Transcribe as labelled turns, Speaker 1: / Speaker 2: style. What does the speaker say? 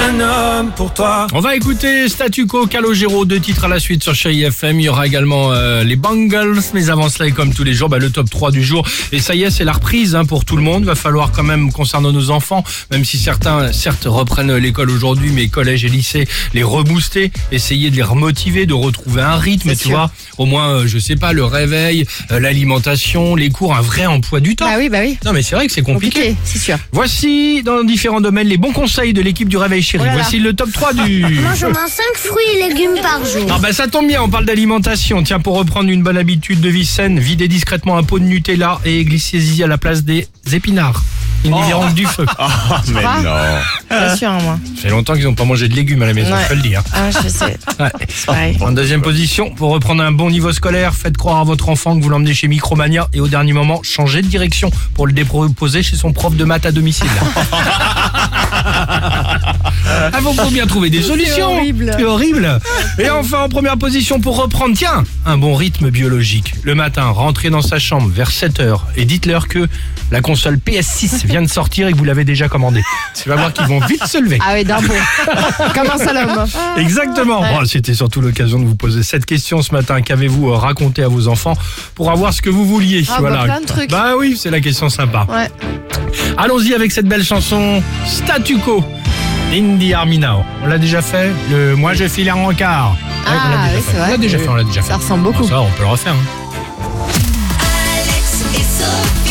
Speaker 1: un homme pour toi.
Speaker 2: On va écouter Statu Quo, Calogero, deux titres à la suite sur Chéri FM. Il y aura également euh, les Bangles, mais avant cela, et comme tous les jours, bah, le top 3 du jour. Et ça y est, c'est la reprise hein, pour tout le monde. Va falloir quand même, concernant nos enfants, même si certains, certes, reprennent l'école aujourd'hui, mais collège et lycée, les rebooster, essayer de les remotiver, de retrouver un rythme, tu vois. Au moins, euh, je sais pas, le réveil, euh, l'alimentation, les cours, un vrai emploi du temps.
Speaker 3: Bah oui, bah oui.
Speaker 2: Non, mais c'est vrai que c'est compliqué.
Speaker 3: Compliqué, c'est sûr.
Speaker 2: Voici dans différents domaines les bons conseils de l'équipe du Réveil Chéri.
Speaker 3: Oh là là.
Speaker 2: Voici le top 3 du.
Speaker 4: Mange au moins 5 fruits et légumes par jour.
Speaker 2: Ah bah ça tombe bien, on parle d'alimentation. Tiens, pour reprendre une bonne habitude de vie saine, videz discrètement un pot de Nutella et glissez-y à la place des épinards. Une différence du feu.
Speaker 5: Ah, mais
Speaker 3: crois
Speaker 5: non.
Speaker 2: Ah.
Speaker 3: Pas sûr, hein, moi.
Speaker 2: Ça fait longtemps qu'ils n'ont pas mangé de légumes à la maison,
Speaker 3: Ouais.
Speaker 2: je peux le hein. dire.
Speaker 3: Ah, je sais.
Speaker 2: Ouais.
Speaker 3: C'est pareil.
Speaker 2: En deuxième position, pour reprendre un bon niveau scolaire, faites croire à votre enfant que vous l'emmenez chez Micromania et au dernier moment, changez de direction pour le déposer chez son prof de maths à domicile. Ah, vous faut bien trouver des solutions.
Speaker 3: horrible.
Speaker 2: C'est horrible. Et enfin, en première position pour reprendre, tiens, un bon rythme biologique. Le matin, rentrez dans sa chambre vers 7h et dites-leur que la console PS6 vient de sortir et que vous l'avez déjà commandée. Tu vas voir qu'ils vont vite se lever.
Speaker 3: Ah oui, d'un bon. Comme un salome.
Speaker 2: Exactement. Bon, C'était surtout l'occasion de vous poser cette question ce matin. Qu'avez-vous euh, raconté à vos enfants pour avoir ce que vous vouliez
Speaker 3: Ah, bah, plein de trucs.
Speaker 2: Bah oui, c'est la question sympa.
Speaker 3: Ouais.
Speaker 2: Allons-y avec cette belle chanson Statu Quo d'Indy Arminao. On l'a déjà fait le Moi je file un rencard. Ouais, on l'a
Speaker 3: Ah,
Speaker 2: déjà fait. On l'a déjà
Speaker 3: oui, c'est vrai.
Speaker 2: fait, on l'a déjà fait.
Speaker 3: Ça ressemble
Speaker 2: Bon,
Speaker 3: beaucoup.
Speaker 2: ça, on peut le refaire. hein.
Speaker 6: Alex et Sophie.